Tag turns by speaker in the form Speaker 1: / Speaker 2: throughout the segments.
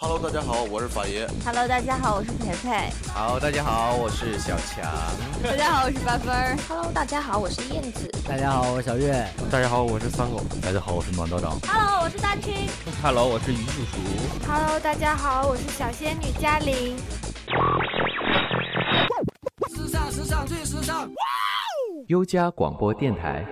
Speaker 1: Hello，大家好，我是法爷。
Speaker 2: Hello，大家好，我是培培。
Speaker 3: 好，大家好，我是小强。
Speaker 2: 大家好，我是八分儿。
Speaker 4: Hello，大家好，我是燕子。
Speaker 5: 大家好，我是小月。
Speaker 6: 大家好，我是三狗。
Speaker 7: 大家好，我是暖道长。
Speaker 2: Hello，我是大青。
Speaker 3: Hello，我是于叔叔。
Speaker 8: Hello，大家好，我是小仙女嘉玲。
Speaker 9: 时尚，时尚最时尚！哇
Speaker 10: 哦！优家广播电台。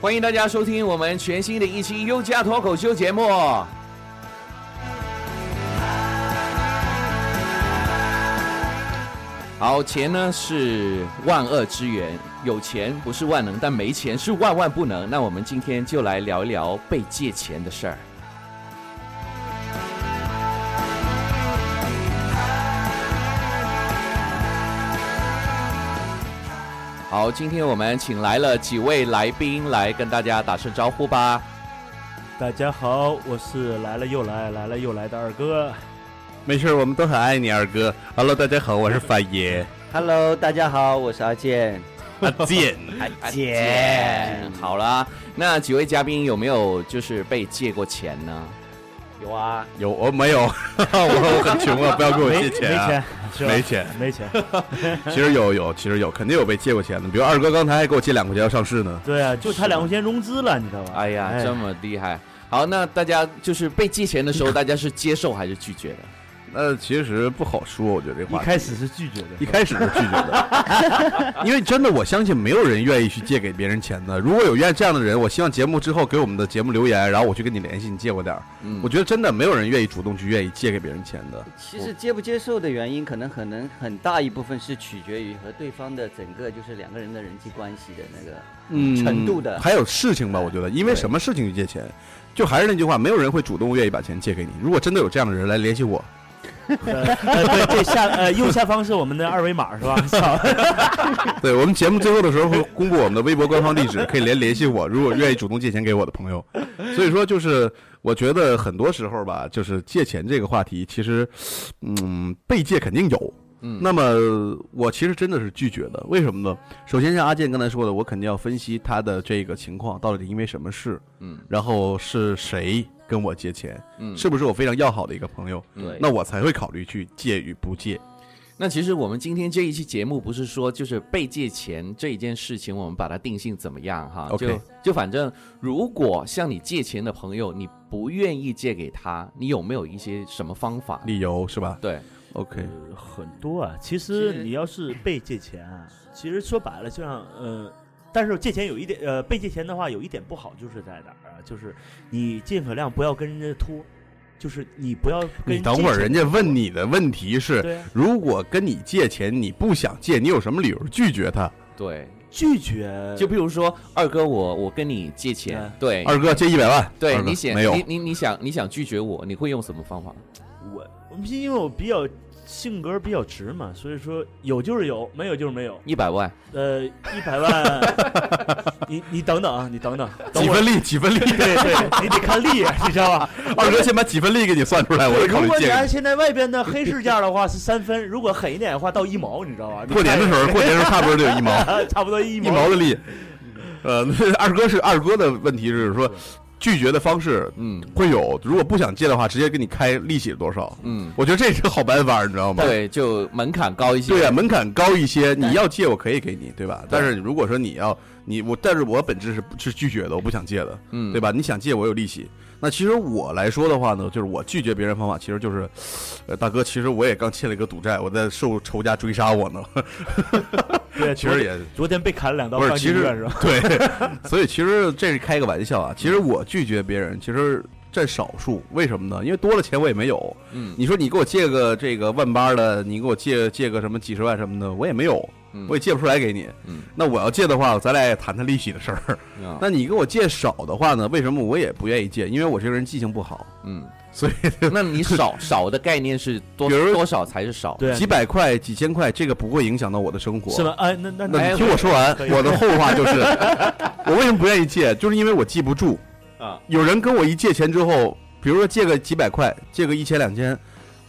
Speaker 3: 欢迎大家收听我们全新的一期《优家脱口秀》节目。好，钱呢是万恶之源，有钱不是万能，但没钱是万万不能。那我们今天就来聊一聊被借钱的事儿。好，今天我们请来了几位来宾来跟大家打声招呼吧。
Speaker 11: 大家好，我是来了又来，来了又来的二哥。
Speaker 12: 没事，我们都很爱你，二哥。Hello，大家好，我是法爷。
Speaker 5: Hello，大家好，我是阿健。
Speaker 12: 阿健，
Speaker 5: 阿健，
Speaker 3: 哎好啦，那几位嘉宾有没有就是被借过钱呢？
Speaker 5: 有啊，
Speaker 12: 有我没有， 我很穷啊，不要给我借钱啊。
Speaker 11: 没
Speaker 12: 钱，
Speaker 11: 没钱，
Speaker 12: 其实有有，其实有，肯定有被借过钱的。比如二哥刚才还给我借两块钱要上市呢。
Speaker 11: 对 啊，就他两块钱融资了，你知道吧？
Speaker 3: 哎呀，这么厉害。好，那大家就是被借钱的时候，大家是接受还是拒绝的？
Speaker 12: 那其实不好说，我觉得这话
Speaker 11: 一开始是拒绝的，
Speaker 12: 一开始是拒绝的， 因为真的我相信没有人愿意去借给别人钱的。如果有愿这样的人，我希望节目之后给我们的节目留言，然后我去跟你联系，你借我点儿。嗯，我觉得真的没有人愿意主动去愿意借给别人钱的。
Speaker 5: 其实接不接受的原因，可能可能很大一部分是取决于和对方的整个就是两个人的人际关系的那个嗯程度的、嗯，
Speaker 12: 还有事情吧。我觉得因为什么事情去借钱，就还是那句话，没有人会主动愿意把钱借给你。如果真的有这样的人来联系我。
Speaker 11: 呃呃、对，这下呃右下方是我们的二维码是 吧？
Speaker 12: 对我们节目最后的时候会公布我们的微博官方地址，可以联联系我，如果愿意主动借钱给我的朋友。所以说，就是我觉得很多时候吧，就是借钱这个话题，其实，嗯，被借肯定有。嗯，那么我其实真的是拒绝的，为什么呢？首先像阿健刚才说的，我肯定要分析他的这个情况到底因为什么事，嗯，然后是谁跟我借钱，嗯，是不是我非常要好的一个朋友，
Speaker 3: 对，
Speaker 12: 那我才会考虑去借与不借。
Speaker 3: 那其实我们今天这一期节目不是说就是被借钱这一件事情，我们把它定性怎么样哈？就就反正如果向你借钱的朋友，你不愿意借给他，你有没有一些什么方法、
Speaker 12: 理由是吧？
Speaker 3: 对。
Speaker 12: OK，、
Speaker 11: 呃、很多啊。其实你要是被借钱啊，其实说白了就像呃，但是借钱有一点呃，被借钱的话有一点不好就是在哪儿啊？就是你尽可量不要跟人家拖，就是你不要跟。
Speaker 12: 你等会儿人家问你的问题是，
Speaker 11: 啊、
Speaker 12: 如果跟你借钱你不想借，你有什么理由拒绝他？
Speaker 3: 对。
Speaker 11: 拒绝，
Speaker 3: 就比如说二哥我，我我跟你借钱，对，
Speaker 12: 嗯二哥借一百万，
Speaker 3: 对你想
Speaker 12: 没有，
Speaker 3: 你你你想你想拒绝我，你会用什么方法？
Speaker 11: 我因为我比较性格比较直嘛，所以说有就是有，没有就是没有。
Speaker 3: 一百万，
Speaker 11: 呃，一百万， 你你等等啊，你等等，等
Speaker 12: 几分利？几分利？
Speaker 11: 对对，你得看利，啊你知道吧？
Speaker 12: 二哥先把几分利给你算出来，我考虑
Speaker 11: 如果你按现在外边的黑市价的话是三分，如果狠一点的话到一毛，你知道吧？
Speaker 12: 过年的时候，过年时候差不多就有一毛，
Speaker 11: 差不多一毛。
Speaker 12: 一毛的利，呃，二哥是二哥的问题是说。拒绝的方式，嗯，会有。如果不想借的话，直接给你开利息多少，嗯，我觉得这是个好办法，你知道吗？
Speaker 3: 对，就门槛高一些。
Speaker 12: 对呀、啊，门槛高一些。你要借，我可以给你，对吧？对但是如果说你要你我，但是我本质是是拒绝的，我不想借的，嗯，对吧？你想借，我有利息。那其实我来说的话呢，就是我拒绝别人方法，其实就是，呃，大哥，其实我也刚欠了一个赌债，我在受仇家追杀我呢。
Speaker 11: 对，
Speaker 12: 其实也
Speaker 11: 昨天被砍了两刀，
Speaker 12: 不是，其实
Speaker 11: 是吧？
Speaker 12: 对， 所以其实这是开个玩笑啊。其实我拒绝别人，其实占少数，为什么呢？因为多了钱我也没有。嗯，你说你给我借个这个万八的，你给我借借个什么几十万什么的，我也没有。
Speaker 11: 嗯
Speaker 12: 我也借不出来给你，嗯、那我要借的话，咱俩也谈谈利息的事儿。嗯、那你给我借少的话呢？为什么我也不愿意借？因为我这个人记性不好。
Speaker 3: 嗯，
Speaker 12: 所以
Speaker 3: 那你少 少的概念是多，
Speaker 12: 比如
Speaker 3: 多少才是少？
Speaker 11: 对，
Speaker 12: 几百块、几千块，这个不会影响到我的生活。
Speaker 11: 是吧？哎，那那
Speaker 12: 那你听我说完，我的后话就是，我为什么不愿意借？就是因为我记不住。
Speaker 3: 啊，
Speaker 12: 有人跟我一借钱之后，比如说借个几百块，借个一千两千，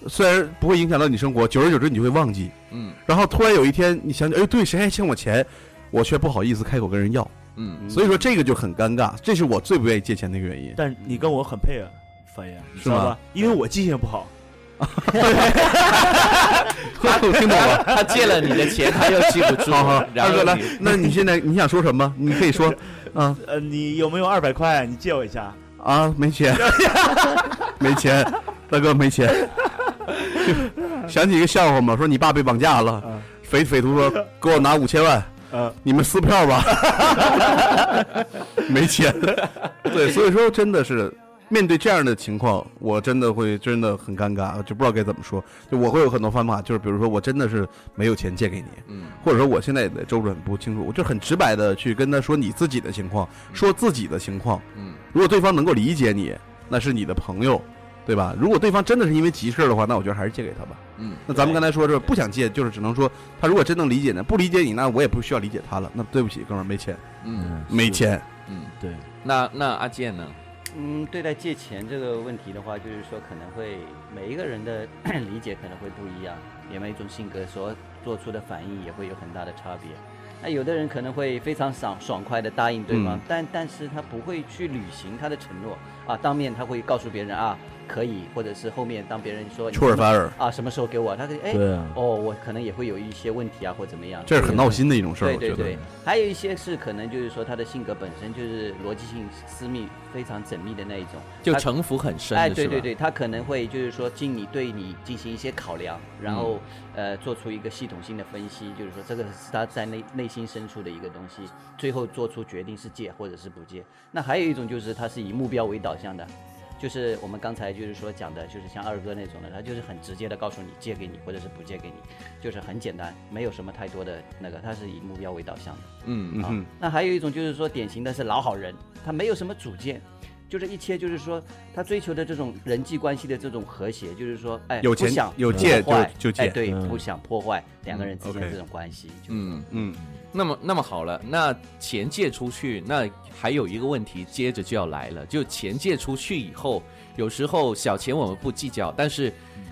Speaker 12: 虽然不会影响到你生活，久而久之你就会忘记。
Speaker 3: 嗯
Speaker 12: 然后突然有一天你想起，哎，对，谁还欠我钱，我却不好意思开口跟人要，
Speaker 3: 嗯，
Speaker 12: 所以说这个就很尴尬，这是我最不愿意借钱的一个原因。
Speaker 11: 但你跟我很配啊，翻译，你知
Speaker 12: 是吗
Speaker 11: 道吧？因为我记性不好，
Speaker 12: 听懂了？
Speaker 3: 他借了你的钱，他又记不住，
Speaker 12: 好好，
Speaker 3: 然
Speaker 12: 二
Speaker 3: 后
Speaker 12: 哥来
Speaker 3: 你，
Speaker 12: 那你现在你想说什么？你可以说，啊
Speaker 11: 呃，你有没有二百块？你借我一下。
Speaker 12: 啊，没钱， 没钱，大哥没钱。想起一个笑话嘛，说你爸被绑架了，
Speaker 11: 啊，
Speaker 12: 匪匪徒说给我拿五千万，
Speaker 11: 呃，
Speaker 12: 你们撕票吧，没钱。对，所以说真的是面对这样的情况，我真的会真的很尴尬，就不知道该怎么说。就我会有很多方法，就是比如说我真的是没有钱借给你，
Speaker 3: 嗯
Speaker 12: 或者说我现在也在周转不清楚，我就很直白的去跟他说你自己的情况，
Speaker 5: 嗯
Speaker 12: 说自己的情况。
Speaker 3: 嗯
Speaker 12: 如果对方能够理解你，那是你的朋友，对吧？如果对方真的是因为急事儿的话，那我觉得还是借给他吧。
Speaker 3: 嗯，
Speaker 12: 那咱们刚才说这不想借，就是只能说他如果真能理解呢，不理解你，那我也不需要理解他了。那对不起，哥们儿，没钱，
Speaker 3: 嗯
Speaker 12: 没钱。
Speaker 3: 嗯，
Speaker 11: 对，
Speaker 3: 那那阿健呢？
Speaker 5: 嗯，对待借钱这个问题的话，就是说可能会每一个人的 理解可能会不一样，也每一种性格所做出的反应也会有很大的差别。那有的人可能会非常爽爽快的答应对方，
Speaker 12: 嗯
Speaker 5: 但但是他不会去履行他的承诺啊，当面他会告诉别人啊可以，或者是后面当别人说
Speaker 12: 出尔反尔，
Speaker 5: 啊什么时候给我，他可以哎
Speaker 11: 对啊，
Speaker 5: 哦我可能也会有一些问题啊或怎么样，
Speaker 12: 这是很闹心的一种事儿，
Speaker 5: 对
Speaker 12: 我觉
Speaker 5: 对
Speaker 12: 得
Speaker 5: 对。，还有一些是可能就是说他的性格本身就是逻辑性私密非常缜密的那一种，
Speaker 3: 就
Speaker 5: 他
Speaker 3: 城府很深
Speaker 5: 哎，
Speaker 3: 的
Speaker 5: 对
Speaker 3: 是吧？
Speaker 5: 对对，他可能会就是说经你对你进行一些考量，然后、
Speaker 3: 嗯
Speaker 5: 呃做出一个系统性的分析，就是说这个是他在内内心深处的一个东西，最后做出决定是借或者是不借。那还有一种就是他是以目标为导向的。就是我们刚才就是说讲的，就是像二哥那种的，他就是很直接的告诉你借给你或者是不借给你，就是很简单，没有什么太多的那个，他是以目标为导向的。
Speaker 3: 嗯
Speaker 12: 嗯
Speaker 5: 啊
Speaker 12: 哼，
Speaker 5: 那还有一种就是说典型的是老好人，他没有什么主见，就是一切就是说他追求的这种人际关系的这种和谐，就是说，哎，
Speaker 12: 有
Speaker 5: 不
Speaker 12: 钱
Speaker 5: 想
Speaker 12: 有借
Speaker 5: 破坏
Speaker 12: 就就
Speaker 5: 哎，
Speaker 12: 借嗯
Speaker 5: 对，
Speaker 11: 嗯
Speaker 5: 不想破坏两个人之间
Speaker 12: ，OK
Speaker 5: 这种关系，就是说
Speaker 3: 嗯，
Speaker 12: 嗯，
Speaker 3: 那么那么好了，那钱借出去，那还有一个问题接着就要来了，就钱借出去以后，有时候小钱我们不计较，但是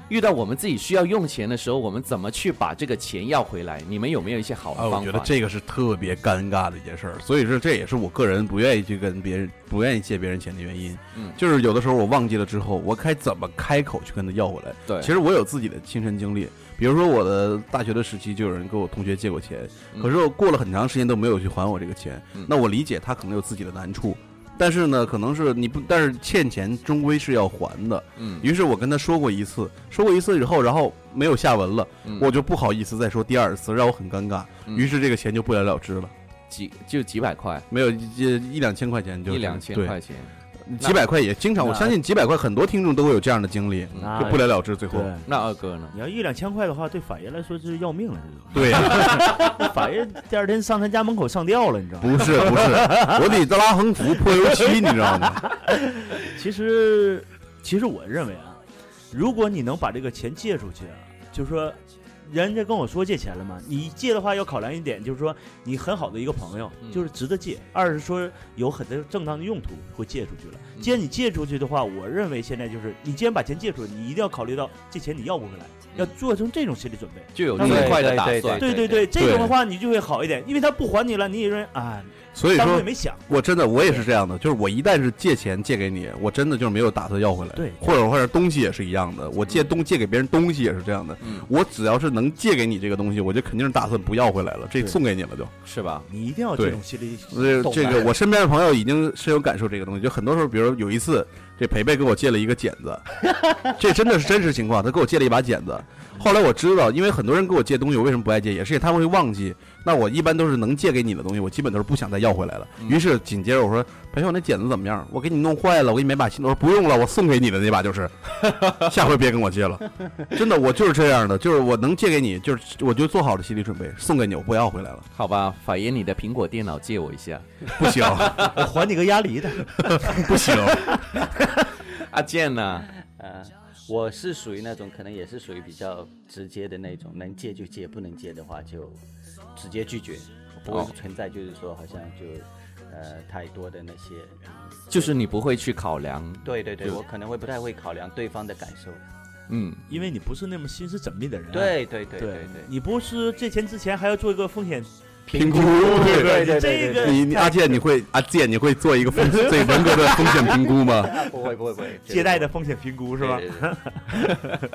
Speaker 3: 遇到我们自己需要用钱的时候，我们怎么去把这个钱要回来？你们有没有一些好的
Speaker 12: 啊，
Speaker 3: 方法？
Speaker 12: 我觉得这个是特别尴尬的一件事儿，所以说这也是我个人不愿意去跟别人不愿意借别人钱的原因。
Speaker 3: 嗯
Speaker 12: 就是有的时候我忘记了之后，我该怎么开口去跟他要回来？
Speaker 3: 对，
Speaker 12: 其实我有自己的亲身经历，比如说我的大学的时期就有人给我同学借过钱，
Speaker 3: 嗯
Speaker 12: 可是我过了很长时间都没有去还我这个钱。
Speaker 3: 嗯
Speaker 12: 那我理解他可能有自己的难处，但是呢，可能是你不，但是欠钱终归是要还的。
Speaker 3: 嗯，
Speaker 12: 于是我跟他说过一次，说过一次以后，然后没有下文了，
Speaker 3: 嗯
Speaker 12: 我就不好意思再说第二次，让我很尴尬。
Speaker 3: 嗯
Speaker 12: 于是这个钱就不了了之了，
Speaker 3: 几就几百块，
Speaker 12: 没有一一两千块钱就
Speaker 3: 一
Speaker 12: 是
Speaker 3: 两千
Speaker 12: 对
Speaker 3: 块钱，
Speaker 12: 几百块也经常，我
Speaker 11: 那
Speaker 12: 相信几百块很多听众都会有这样的经历，
Speaker 11: 那
Speaker 12: 就不了了之，最后。
Speaker 11: 对。
Speaker 3: 那二哥呢？
Speaker 11: 你要一两千块的话，对法爷来说这是要命了，这都。
Speaker 12: 对，
Speaker 11: 法爷第二天上他家门口上吊了，你知道吗？
Speaker 12: 不是不是，我得拉横幅泼油漆，你知道吗？
Speaker 11: 其实，其实我认为啊，如果你能把这个钱借出去啊，就是说，人家跟我说借钱了嘛，你借的话要考量一点，就是说你很好的一个朋友，
Speaker 3: 嗯
Speaker 11: 就是值得借；二是说有很多正当的用途会借出去了。
Speaker 3: 嗯
Speaker 11: 既然你借出去的话，我认为现在就是你既然把钱借出去，你一定要考虑到借钱你要不回来，要做成这种心理准备。
Speaker 3: 就有
Speaker 11: 那
Speaker 3: 这么
Speaker 11: 么
Speaker 3: 快的打
Speaker 5: 对对
Speaker 3: 算，
Speaker 11: 对对对，这种的话你就会好一点，因为他不还你了，你也认为啊，
Speaker 12: 所以
Speaker 11: 当初
Speaker 12: 说
Speaker 11: 也，没想。
Speaker 12: 我真的我也是这样的，就是我一旦是借钱借给你，我真的就是没有打算要回来。
Speaker 11: 对
Speaker 12: 或者或者东西也是一样的，我借东借给别人东西也是这样的。
Speaker 3: 嗯
Speaker 12: 我只要是能借给你这个东西，我就肯定是打算不要回来了，这
Speaker 11: 对
Speaker 12: 送给你了就。
Speaker 3: 是吧？
Speaker 11: 你一定要有
Speaker 12: 对
Speaker 11: 这种心理，
Speaker 12: 这
Speaker 5: 懂
Speaker 12: 这
Speaker 5: 了
Speaker 12: 个我身边的朋友已经深有感受这个东西，就很多时候，比如有一次，这培培给我借了一个剪 子，这真的是真实情况，他给我借了一把剪子。后来我知道，因为很多人给我借东西，我为什么不爱借，也是因为他们会忘记。那我一般都是能借给你的东西，我基本都是不想再要回来了。
Speaker 3: 嗯
Speaker 12: 于是紧接着我说：“培培，我那剪子怎么样？我给你弄坏了，我给你买把新的。”我说：“不用了，我送给你的那把 就是，下回别跟我借了。”真的，我就是这样的，就是我能借给你，就是我就做好了心理准备，送给你，我不要回来了，
Speaker 3: 好吧，法爷，你的苹果电脑借我一下。
Speaker 12: 不 行，
Speaker 11: 我还你个鸭梨的。
Speaker 12: 不行。
Speaker 3: 阿健呢？
Speaker 5: 呃，我是属于那种可能也是属于比较直接的那种，能借就借，不能借的话就直接拒绝，不会
Speaker 3: 哦
Speaker 5: 存在就是说好像就呃太多的那些，
Speaker 3: 就是你不会去考量，
Speaker 5: 对对对，
Speaker 3: 就
Speaker 5: 我可能会不太会考量对方的感受，
Speaker 3: 嗯，
Speaker 11: 因为你不是那么心思缜密的人啊、
Speaker 5: 对对
Speaker 11: 对
Speaker 5: 对对对，
Speaker 11: 你不是借钱之前还要做一个风险，
Speaker 12: 评估，
Speaker 11: 对
Speaker 5: 对对对
Speaker 11: 这
Speaker 5: 对
Speaker 11: 个
Speaker 12: 你啊你阿健，你会阿健，你会做一个风最严格的风险评估吗
Speaker 5: 不会不会 不会，
Speaker 11: 借贷的风险评估是吧？
Speaker 5: 对对对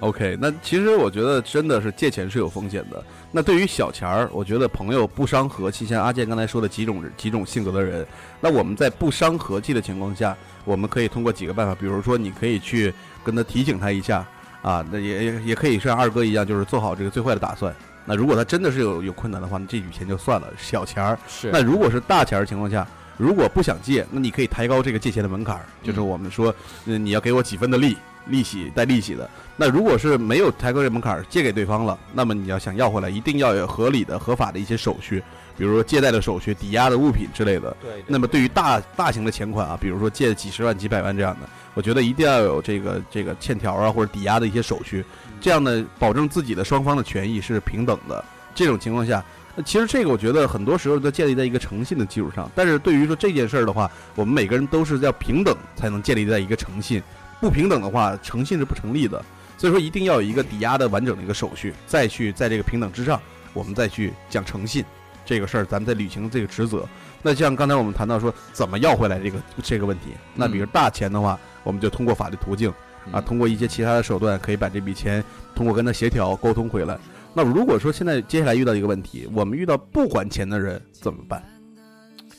Speaker 12: ？OK，那其实我觉得真的是借钱是有风险的。那对于小钱儿，我觉得朋友不伤和气，像阿健刚才说的几种几种性格的人，那我们在不伤和气的情况下，我们可以通过几个办法，比如说你可以去跟他提醒他一下啊，那也也也可以像二哥一样，就是做好这个最坏的打算。那如果他真的是有有困难的话，那这笔钱就算了，小钱儿
Speaker 3: 是
Speaker 12: 那如果是大钱儿的情况下，如果不想借，那你可以抬高这个借钱的门槛儿，就是我们说，呃你要给我几分的利利息带利息的。那如果是没有抬高这门槛儿，借给对方了，那么你要想要回来，一定要有合理的、合法的一些手续，比如说借贷的手续、抵押的物品之类的。
Speaker 5: 对，
Speaker 12: 那么对于大大型的钱款啊，比如说借几十万、几百万这样的，我觉得一定要有这个这个欠条啊或者抵押的一些手续，这样呢，保证自己的双方的权益是平等的。这种情况下，呃其实这个我觉得很多时候都建立在一个诚信的基础上。但是对于说这件事儿的话，我们每个人都是要平等才能建立在一个诚信，不平等的话，诚信是不成立的。所以说，一定要有一个抵押的完整的一个手续，再去在这个平等之上，我们再去讲诚信这个事儿，咱们再履行这个职责。那像刚才我们谈到说怎么要回来这个这个问题，那比如大钱的话，我们就通过法律途径啊，
Speaker 3: 嗯
Speaker 12: 通过一些其他的手段，可以把这笔钱通过跟他协调沟通回来。那如果说现在接下来遇到一个问题，我们遇到不还钱的人怎么办？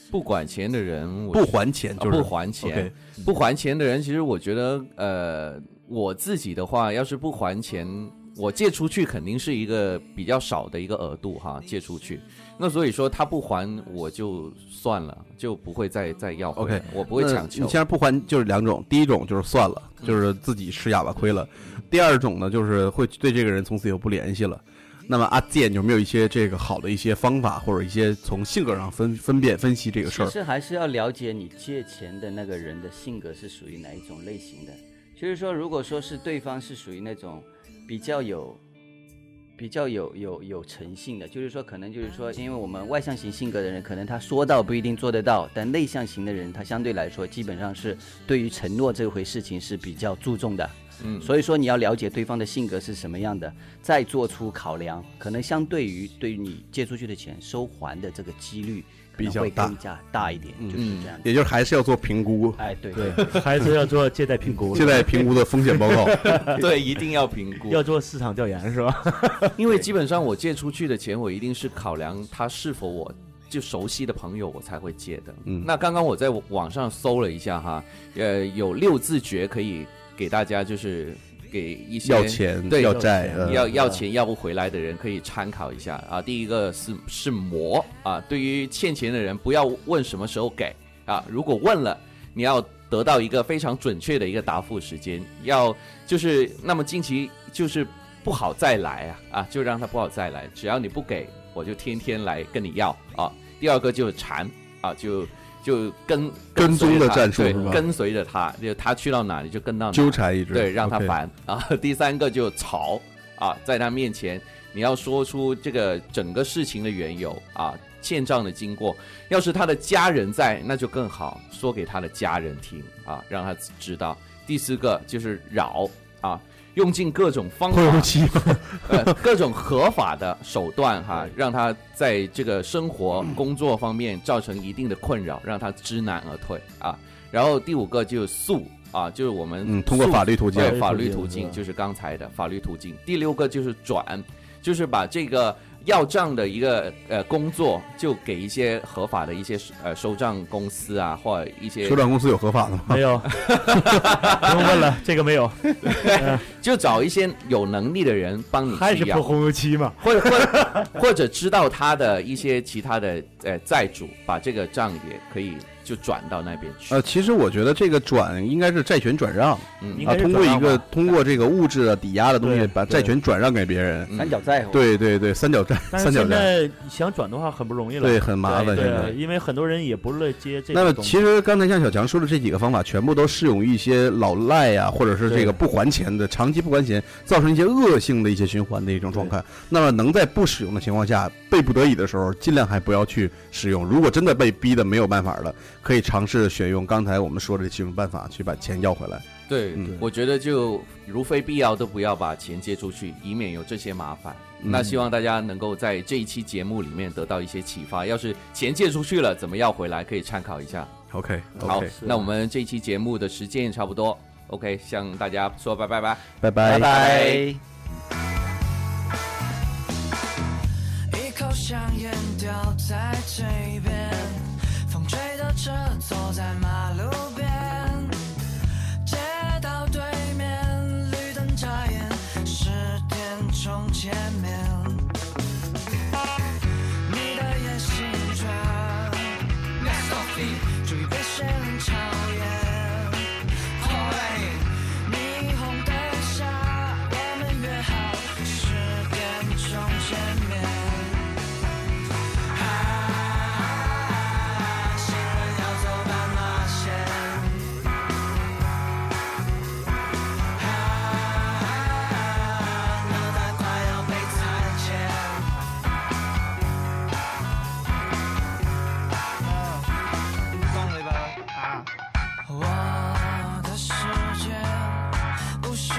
Speaker 3: 不管钱的人，我
Speaker 12: 不还钱
Speaker 3: 啊
Speaker 12: 就是、
Speaker 3: 不还钱
Speaker 12: OK，
Speaker 3: 不还钱的人，其实我觉得，呃，我自己的话，要是不还钱，我借出去肯定是一个比较少的一个额度哈，借出去。那所以说他不还，我就算了，就不会再再要回来
Speaker 12: OK，
Speaker 3: 我不会强求嗯
Speaker 12: 你。现在不还就是两种，第一种就是算了，就是自己吃哑巴亏了；第二种呢，就是会对这个人从此以后不联系了。那么阿健有没有一些这个好的一些方法，或者一些从性格上分分辨分析这个事儿
Speaker 5: 其？实还是要了解你借钱的那个人的性格是属于哪一种类型的。就是说，如果说是对方是属于那种比较有、比较有有有诚信的，就是说，可能就是说，因为我们外向型性格的人，可能他说到不一定做得到，但内向型的人，他相对来说基本上是对于承诺这回事情是比较注重的。
Speaker 3: 嗯
Speaker 5: 所以说你要了解对方的性格是什么样的，再做出考量，可能相对于对于你借出去的钱收还的这个几率可
Speaker 12: 比
Speaker 5: 能
Speaker 12: 较
Speaker 5: 会
Speaker 12: 大嗯
Speaker 5: 更加大一点，就是这样子。
Speaker 12: 也就是还是要做评估，
Speaker 5: 哎，对
Speaker 11: 对，还是要做借贷评估，
Speaker 12: 现在评估的风险报告。
Speaker 3: 对，一定要评估，
Speaker 11: 要做市场调研是吧？
Speaker 3: 因为基本上我借出去的钱，我一定是考量他是否我就熟悉的朋友，我才会借的。
Speaker 12: 嗯
Speaker 3: 那刚刚我在网上搜了一下哈，呃，有六字诀可以给大家，就是给一些
Speaker 12: 要钱
Speaker 3: 对
Speaker 12: 要债，呃
Speaker 3: 要要钱要不回来的人可以参考一下啊。第一个是是磨啊，对于欠钱的人，不要问什么时候给啊，如果问了，你要得到一个非常准确的一个答复时间，要就是那么近期就是不好再来啊啊，就让他不好再来，只要你不给，我就天天来跟你要啊。第二个就是缠啊，就。就跟
Speaker 12: 跟踪的
Speaker 3: 随他
Speaker 12: 战术
Speaker 3: 对
Speaker 12: 是吧
Speaker 3: 跟随着他，就他去到哪里就跟到哪里，
Speaker 12: 纠缠一直，
Speaker 3: 对，让他
Speaker 12: OK
Speaker 3: 烦 啊。第三个就吵啊，在他面前你要说出这个整个事情的缘由啊，欠账的经过。要是他的家人在，那就更好，说给他的家人听啊，让他知道。第四个就是扰啊，用尽各种方法
Speaker 12: 会，有期吗？
Speaker 3: 呃，各种合法的手段哈，让他在这个生 活、工作方面造成一定的困扰，让他知难而退啊。然后第五个就是诉啊，就是我们
Speaker 12: 嗯，通过
Speaker 3: 诉
Speaker 12: 法律途径
Speaker 3: 对，
Speaker 11: 法
Speaker 3: 法
Speaker 11: 律
Speaker 3: 律
Speaker 11: 途
Speaker 3: 途
Speaker 11: 径是
Speaker 3: 径
Speaker 12: 嗯
Speaker 11: 吧
Speaker 3: 就是刚才的法律途径。第六个就是转，就是把这个要账的一个呃工作，就给一些合法的一些呃收账公司啊，或者一些
Speaker 12: 收账公司有合法的吗？
Speaker 11: 没 有，不用问了，这个没有，
Speaker 3: 就找一些有能力的人帮你
Speaker 11: 还
Speaker 3: 去
Speaker 11: 是
Speaker 3: 要
Speaker 11: 破，红油漆嘛？
Speaker 3: 或者或 者或者知道他的一些其他的呃债主，把这个账也可以。就转到那边去
Speaker 12: 呃，。其实我觉得这个转应该是债权转让
Speaker 3: 嗯
Speaker 11: 应
Speaker 12: 啊，
Speaker 11: 该是
Speaker 12: 通过
Speaker 11: 转
Speaker 12: 一
Speaker 11: 让
Speaker 12: 个
Speaker 11: 吧
Speaker 12: 通过这个物质啊抵押的东西
Speaker 11: 对
Speaker 12: 把
Speaker 11: 对
Speaker 12: 债权转让给别人。
Speaker 3: 嗯
Speaker 5: 三角债务，
Speaker 12: 对对对，三角债，
Speaker 11: 但是
Speaker 12: 三角
Speaker 11: 现
Speaker 12: 债，
Speaker 11: 在想转的话很不容易了，
Speaker 12: 对，很麻烦。现
Speaker 11: 对
Speaker 12: 在
Speaker 11: 啊，因为很多人也不乐接这
Speaker 12: 那
Speaker 11: 个
Speaker 12: 么
Speaker 11: 东西。
Speaker 12: 其实刚才像小强说的这几个方法，全部都适用于一些老赖呀、或者是这个不还钱的，长期不还钱，造成一些恶性的一些循环的一种状态。那么能在不使用的情况下，被不得已的时候，尽量还不要去使用。如果真的被逼的没有办法了，可以尝试选用刚才我们说的这几种办法去把钱要回来。
Speaker 3: 对
Speaker 12: 嗯，
Speaker 3: 我觉得就如非必要都不要把钱借出去，以免有这些麻烦。
Speaker 12: 嗯
Speaker 3: 那希望大家能够在这一期节目里面得到一些启发。要是钱借出去了，怎么要回来，可以参考一下。
Speaker 12: OK，
Speaker 3: 好，那我们这一期节目的时间也差不多。OK，向大家说拜拜吧。
Speaker 12: 拜
Speaker 5: 拜
Speaker 12: 拜。
Speaker 5: 拜。
Speaker 9: 一口香烟叼在嘴边，风吹着车坐在马路边，街道对面绿灯眨眼，十点钟见面。你的眼醒转，Let's go feed，注意别仙人掌烟。霓虹灯下，我们约好十点钟见面。啊，行人要走斑马线。啊，脑袋快要被裁切。懂了吧？啊！我的世界不需